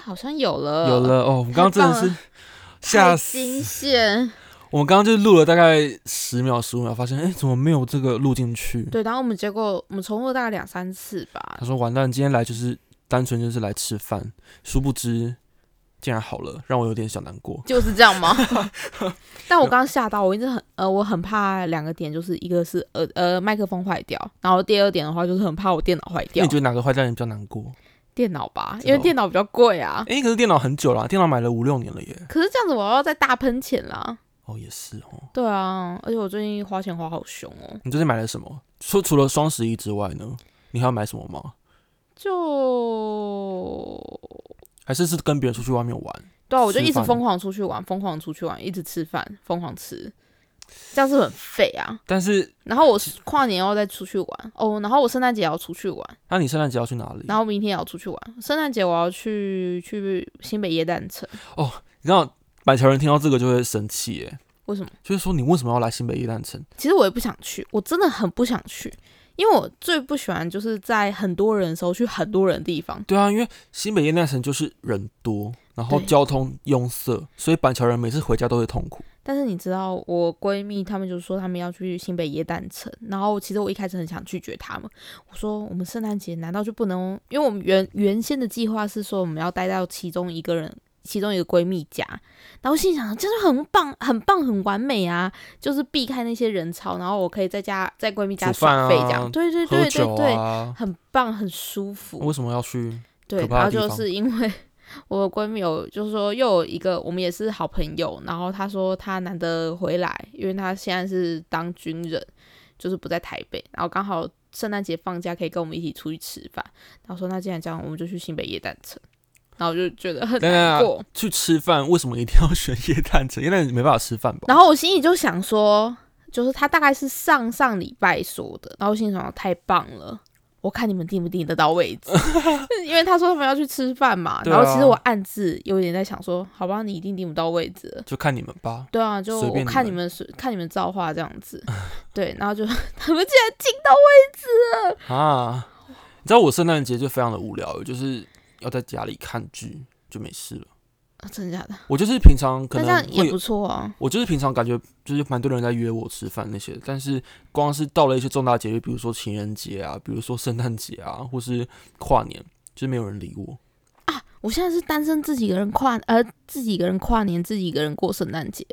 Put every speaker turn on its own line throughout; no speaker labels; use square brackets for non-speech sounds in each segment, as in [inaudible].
好像有了，
有了哦，我们刚刚真的是吓
太
死，
惊险。
我们刚刚就录了大概十秒十五秒，发现哎、诶怎么没有这个录进去？
对，啊然后我们结果我们重录了大概两三次吧
他，说完蛋，今天来就是单纯就是来吃饭，殊不知竟然好了，让我有点小难过。
就是这样吗？ [laughs] 但我刚刚吓到，我一直很呃，我很怕两个点，就是一个是呃呃麦克风坏掉，然后第二点的话就是很怕我电脑坏
那
掉
你觉，得哪个坏蛋人比较难过？
啊电脑吧，
知道
因为电脑比较贵啊。
哎、可是电脑很久了，电脑买了五六年了耶。
可是这样子我要再大喷钱啦，
哦，也是哦。
对啊，而且我最近花钱花好凶哦，
你最近买了什么？除除了双十一之外呢？你还要买什么吗？
就
还是是跟别人出去外面玩？
对啊，我就
吃
一直
饭
疯狂出去玩，疯狂出去玩，一直吃饭，疯狂吃，这样是不是很废啊。
但是，
然后我跨年要再出去玩哦，然后我圣诞节也要出去玩，
那你圣诞节要去哪里？
然后明天也要出去玩。圣诞节我要去去新北耶诞城，
你知道板桥人听到这个就会生气耶，
为什么？
就是说你为什么要来新北夜诞城？
其实我也不想去，我真的很不想去，因为我最不喜欢就是在很多人的时候去很多人的地方。
对啊，因为新北夜诞城就是人多，然后
对
交通拥塞，所以板桥人每次回家都会痛苦。
但是你知道，我闺蜜她们就说她们要去新北耶诞城，然后其实我一开始很想拒绝她们，我说我们圣诞节难道就不能？因为我们原原先的计划是说我们要待到其中一个人。其中一个闺蜜家，然后心想这就很棒，很棒，很完美啊！就是避开那些人潮，然后我可以在家在闺蜜家
煮饭
耍
啊
废这样，对对对
喝酒
对对，
啊，
很棒，很舒服。
为什么要去？
对
可，怕
然后
的地
就
方
是因为 [laughs] 我闺蜜有，就是说又有一个，我们也是好朋友，然后她说她难得回来，因为她现在是当军人，就是不在台北，然后刚好圣诞节放假可以跟我们一起出去吃饭，然后说那既然这样，我们就去新北夜诞城，然后我就觉得很
等等
难
啊
过，
去吃饭为什么一定要选夜诞城？夜诞城没办法吃饭吧？
然后我心里就想说，就是她大概是上上礼拜说的，然后我心里想太棒了。我看你们订不订得到位
[laughs]
置，因为她说他们要去吃饭嘛，
对啊
然后其实我暗自有点在想说，好吧，你一定订不到位置了，
就看你们吧。
对啊，就
随
我
便你
看你
们
们是看你们造化这样
[laughs]
子，对，然后就 [laughs] 他们竟然订到位，
啊，你知道我圣诞节就非常的无聊，就是要在家里看剧就没事了。
啊真的假的？
我就是平常可
那这
能
样
会
也
有，
不错啊，
我就是平常感觉就是蛮多人在约我吃饭那些，但是光是到了一些重大节日，比如说情人节啊，比如说圣诞节啊，或是跨年，就是没有人理我。
啊我现在是单身自己一个人跨，呃，自己一个人跨年，自己一个人过圣诞节，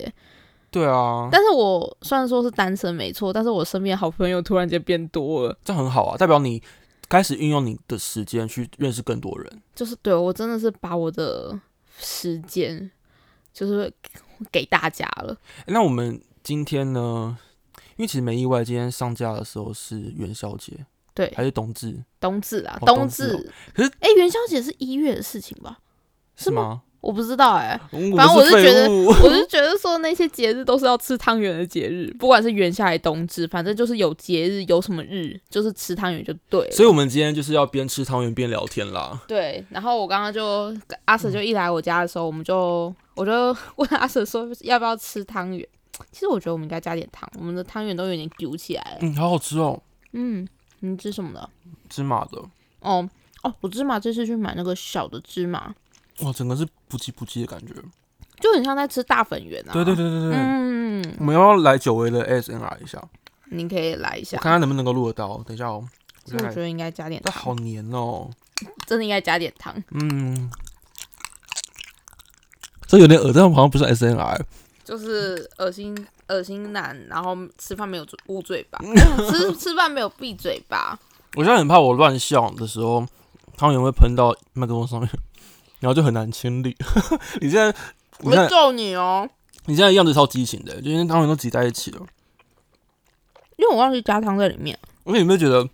对啊，
但是我虽然说是单身没错，但是我身边好朋友突然间变多了，
这样很好啊，代表你开始运用你的时间去认识更多人。
就是对我真的是把我的时间就是给大家了，
诶那我们今天呢？因为其实没意外，今天上架的时候是元宵节
对，
还是冬至？
冬至啊，
哦
冬
冬
至
至哦，可是
哎、元宵节是一月的事情吧？是
是
吗
吗？
我不知道哎、
嗯
反正我
是
是觉得
废物 [laughs]
我就觉得说那些节日都是要吃汤圆的节日，不管是元宵还是冬至，反正就是有节日有什么日，就是吃汤圆就对了。
所以我们今天就是要边吃汤圆边聊天啦。
对，然后我刚刚就阿
嗯
Sir 就一来我家的时候，我们就我就 [laughs] 问阿 Sir 说要不要吃汤圆。其实我觉得我们应该加点糖，我们的汤圆都有点揪起来了。
嗯，好好吃哦，
嗯，你吃什么的？
芝麻的，
哦哦，我芝麻这次去买那个小的芝麻，
哇，整个是不叽不叽的感觉。
就很像在吃大粉圆啊。
对对对对对，
嗯，
我们要不要来久违的 ASMR 一下，
你可以来一
我
下。
看看能不能够录得到。等一下哦，
其实我
看
觉得应该加点
这
糖，
好黏哦，
真的应该加点糖。
嗯，这有点恶，但好像不是 ASMR。
就是恶心恶心男，然后吃饭没有捂嘴
[laughs]
巴，吃吃饭没有闭嘴巴，
我现在很怕我乱笑的时候，汤圆会喷到麦克风上面， [laughs] 然后就很难清理。 [laughs] 你现在，你
我
现在，
揍你哦！
你现在样子超畸形的，就因为汤圆都挤在一起了。
因为我忘记加汤在里面，
而且你有没有觉得，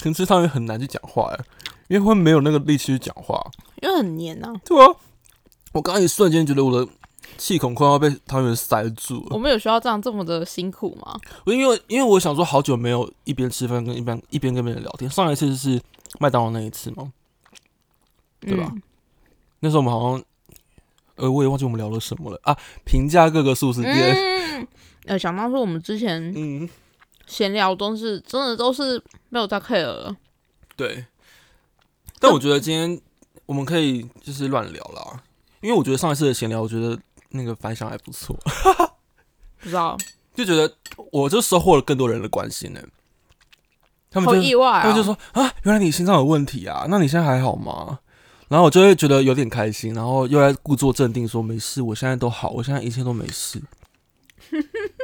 平时上面很难去讲话哎，因为会没有那个力气去讲话，
因为很黏
[laughs]
呐、啊。
对啊，我刚刚一瞬间觉得我的气孔快要被汤圆塞住
我
了，
们有需要这样这么的辛苦吗？
我因为因为我想说好久没有一边吃饭跟一边一边跟别人聊天，上一次是麦当劳那一次嘛，对吧
嗯
那时候我们好像，呃，我也忘记我们聊了什么了啊，评价各个素食店，
嗯，呃，想当初我们之前
[laughs] 嗯
闲聊都是真的都是没有在 care 了，
对，但我觉得今天。我们可以就是乱聊啦，因为我觉得上一次的闲聊，我觉得那个反响还不错，
不知道，
就觉得我就收获了更多人的关心呢、他们
好
就
意外、哦。
他们就说啊，原来你心脏有问题啊，那你现在还好吗？然后我就会觉得有点开心，然后又在故作镇定说没事，我现在都好，我现在一切都没事，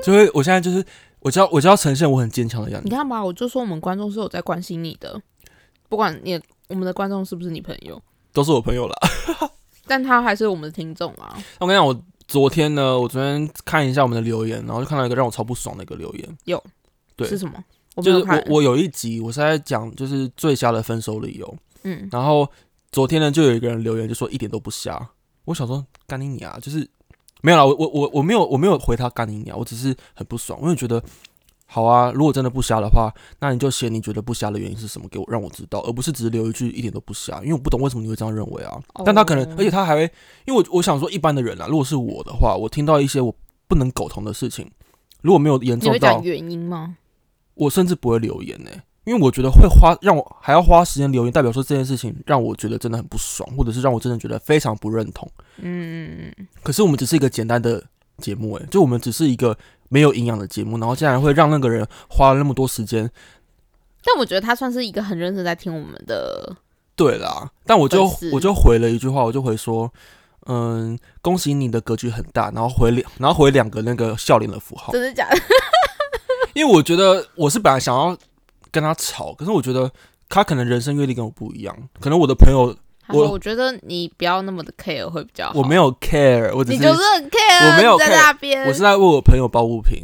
就会我现在就是我就要我就要呈现我很坚强的样
你
子，
看吧，我就说我们观众是有在关心你的，不管你我们的观众是不是你朋友，
都是我朋友啦。 [laughs]
但他还是我们的听众啊。
我跟你讲，我昨天呢，我昨天看一下我们的留言，然后就看到一个让我超不爽的一个留言，对
是什么？我没
就
有
是
看
我，我有一集我是在讲就是最瞎的分手理由，
嗯，
然后昨天呢就有一个人留言就说一点都不瞎，我想说干你娘，啊就是没有啦，我我我我没有我没有回他干你娘，我只是很不爽，我就觉得好啊，如果真的不瞎的话，那你就写你觉得不瞎的原因是什么给我让我知道，而不是只是留一句一点都不瞎，因为我不懂为什么你会这样认为啊，但他可能
哦
而且他还会，因为我我想说一般的人啊，如果是我的话，我听到一些我不能苟同的事情，如果没有严
你
重
会
到
讲。原因吗？
我甚至不会留言呢、欸因为我觉得会花让我还要花时间留言，代表说这件事情让我觉得真的很不爽，或者是让我真的觉得非常不认同。
嗯，
可是我们只是一个简单的节目、欸，就我们只是一个没有营养的节目，然后竟然会让那个人花了那么多时间。
但我觉得他算是一个很认真在听我们的，
对啦，但我就
粉丝
我就回了一句话，我就回说，嗯，恭喜你的格局很大，然后回两然后回两个那个笑脸的符号，
真的
[laughs]
假的？
因为我觉得我是本来想要跟他吵，可是我觉得他可能人生阅历跟我不一样，可能我的朋友
他说
我
我觉得你不要那么的 care 会比较好。
我没，有 care，我只
你
是
就是很 care，
我没有
你在
care，
那边。
我是在为我朋友抱不平，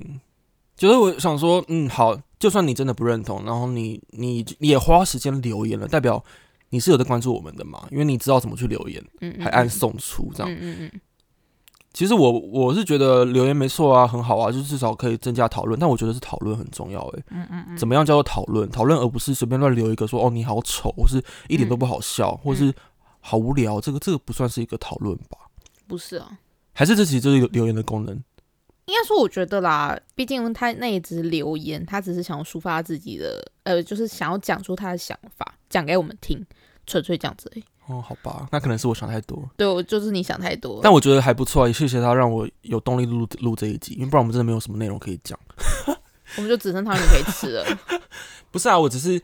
就是我想说，嗯，好，就算你真的不认同，然后你你你也花时间留言了，代表你是有在关注我们的嘛，因为你知道怎么去留言，
嗯嗯
还按送出这样。
嗯嗯嗯，
其实我我是觉得留言没错啊，很好啊，就是至少可以增加讨论，但我觉得是讨论很重要诶、
嗯嗯嗯，
怎么样叫做讨论？讨论而不是随便乱留一个说哦你好丑，或是
嗯
一点都不好笑，或是好无聊，这个这个不算是一个讨论吧？
不是啊？
还是这其实就是留言的功能？
应该说，我觉得啦，毕竟他那一直留言，他只是想要抒发自己的，呃，就是想要讲出他的想法，讲给我们听，纯粹这样子而已。
哦，好吧，那可能是我想太多，
对，我就是你想太多了。
但我觉得还不错啊，也谢谢他让我有动力录录这一集，因为不然我们真的没有什么内容可以讲。
我们就只剩汤圆可以吃了。 [laughs]
不是啊，我只是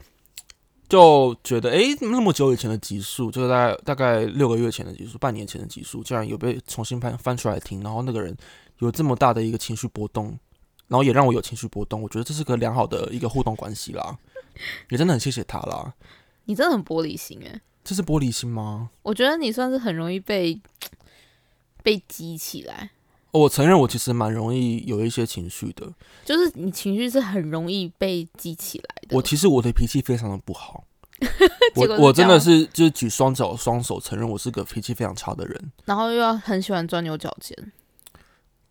就觉得，诶，那么久以前的集数，就是大概大概六个月前的集数，半年前的集数，竟然有被重新翻翻出来听，然后那个人有这么大的一个情绪波动，然后也让我有情绪波动，我觉得这是个良好的一个互动关系啦，也真的很谢谢他啦。
你真的很玻璃心哎，
这是玻璃心吗？
我觉得你算是很容易被被激起来，
哦我承认，我其实蛮容易有一些情绪的。
就是你情绪是很容易被激起来的。
我其实我的脾气非常的
[laughs]
不好，
结
我
果是
我真
这
的
样
是就是举双脚双手承认我是个脾气非常差的人，
然后又要很喜欢钻牛角尖，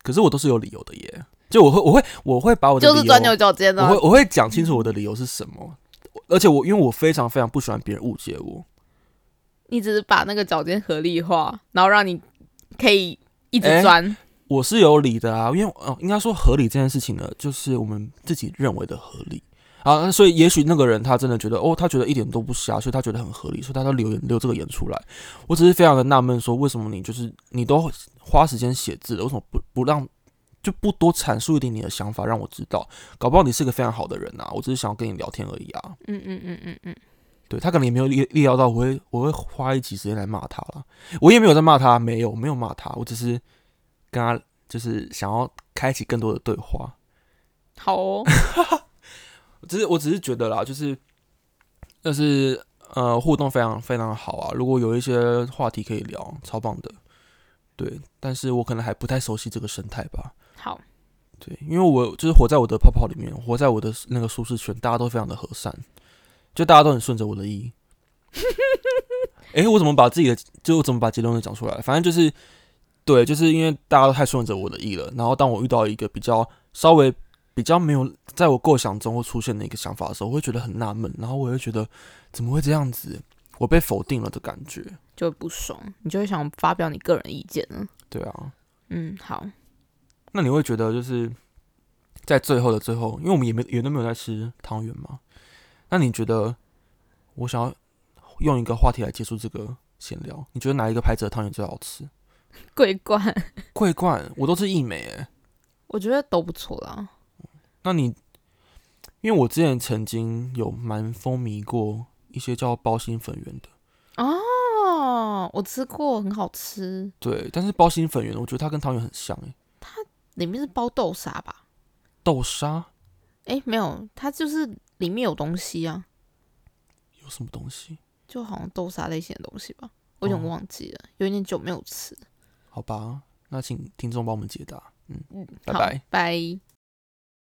可是我都是有理由的耶。就我会我会我会把我的
就是
理由
钻牛角尖
我
啊嗯
会。我会讲清楚我的理由是什么，而且我因为我非常非常不喜欢别人误解我，
你只是把那个角尖合理化，然后让你可以一直
哎
钻。
我是有理的啊，因为哦、应该说合理这件事情呢，就是我们自己认为的合理啊，那所以也许那个人他真的觉得哦，他觉得一点都不瞎，所以他觉得很合理，所以他都留言留这个言出来。我只是非常的纳闷，说为什么你就是你都花时间写字了，为什么不不让就不多阐述一点你的想法让我知道？搞不好你是个非常好的人啊，我只是想要跟你聊天而已啊。
嗯嗯嗯嗯嗯，
对他可能也没有意意料到我会我会花一集时间来骂他了，我也没有在骂他，没有没有骂他，我只是跟他就是想要开启更多的对话，
好 [laughs] 哦，
只是我只是觉得啦，就是就是呃互动非常非常好啊，如果有一些话题可以聊，超棒的，对，但是我可能还不太熟悉这个生态吧，
好，
对，因为我就是活在我的泡泡里面，活在我的那个舒适圈，大家都非常的和善，就大家都很顺着我的意。 [laughs] 诶，我怎么把自己的，就我怎么把结论都讲出来？反正就是，对，就是因为大家都太顺着我的意了。然后当我遇到一个比较稍微比较没有在我构想中会出现的一个想法的时候，我会觉得很纳闷，然后我会觉得怎么会这样子？我被否定了的感觉。
就会不爽，你就会想发表你个人意见了。
对啊，
嗯，好，
那你会觉得就是在最后的最后，因为我们也没也都没有在吃汤圆嘛，那你觉得我想要用一个话题来结束这个闲聊，你觉得哪一个牌子的汤圆最好吃？
桂冠，
桂冠，我都吃益美诶。
我觉得都不错啦。
那你，因为我之前曾经有蛮风靡过一些叫包心粉圆的，
哦，我吃过，很好吃，
对，但是包心粉圆我觉得它跟汤圆很像诶，
里面是包豆沙吧？
豆沙
诶，没有，它就是里面有东西啊，
有什么东西？
就好像豆沙类型的东西吧，我有点
哦
忘记了，有点久没有吃。
好吧，那请听众帮我们解答。嗯，拜
好
拜。
拜。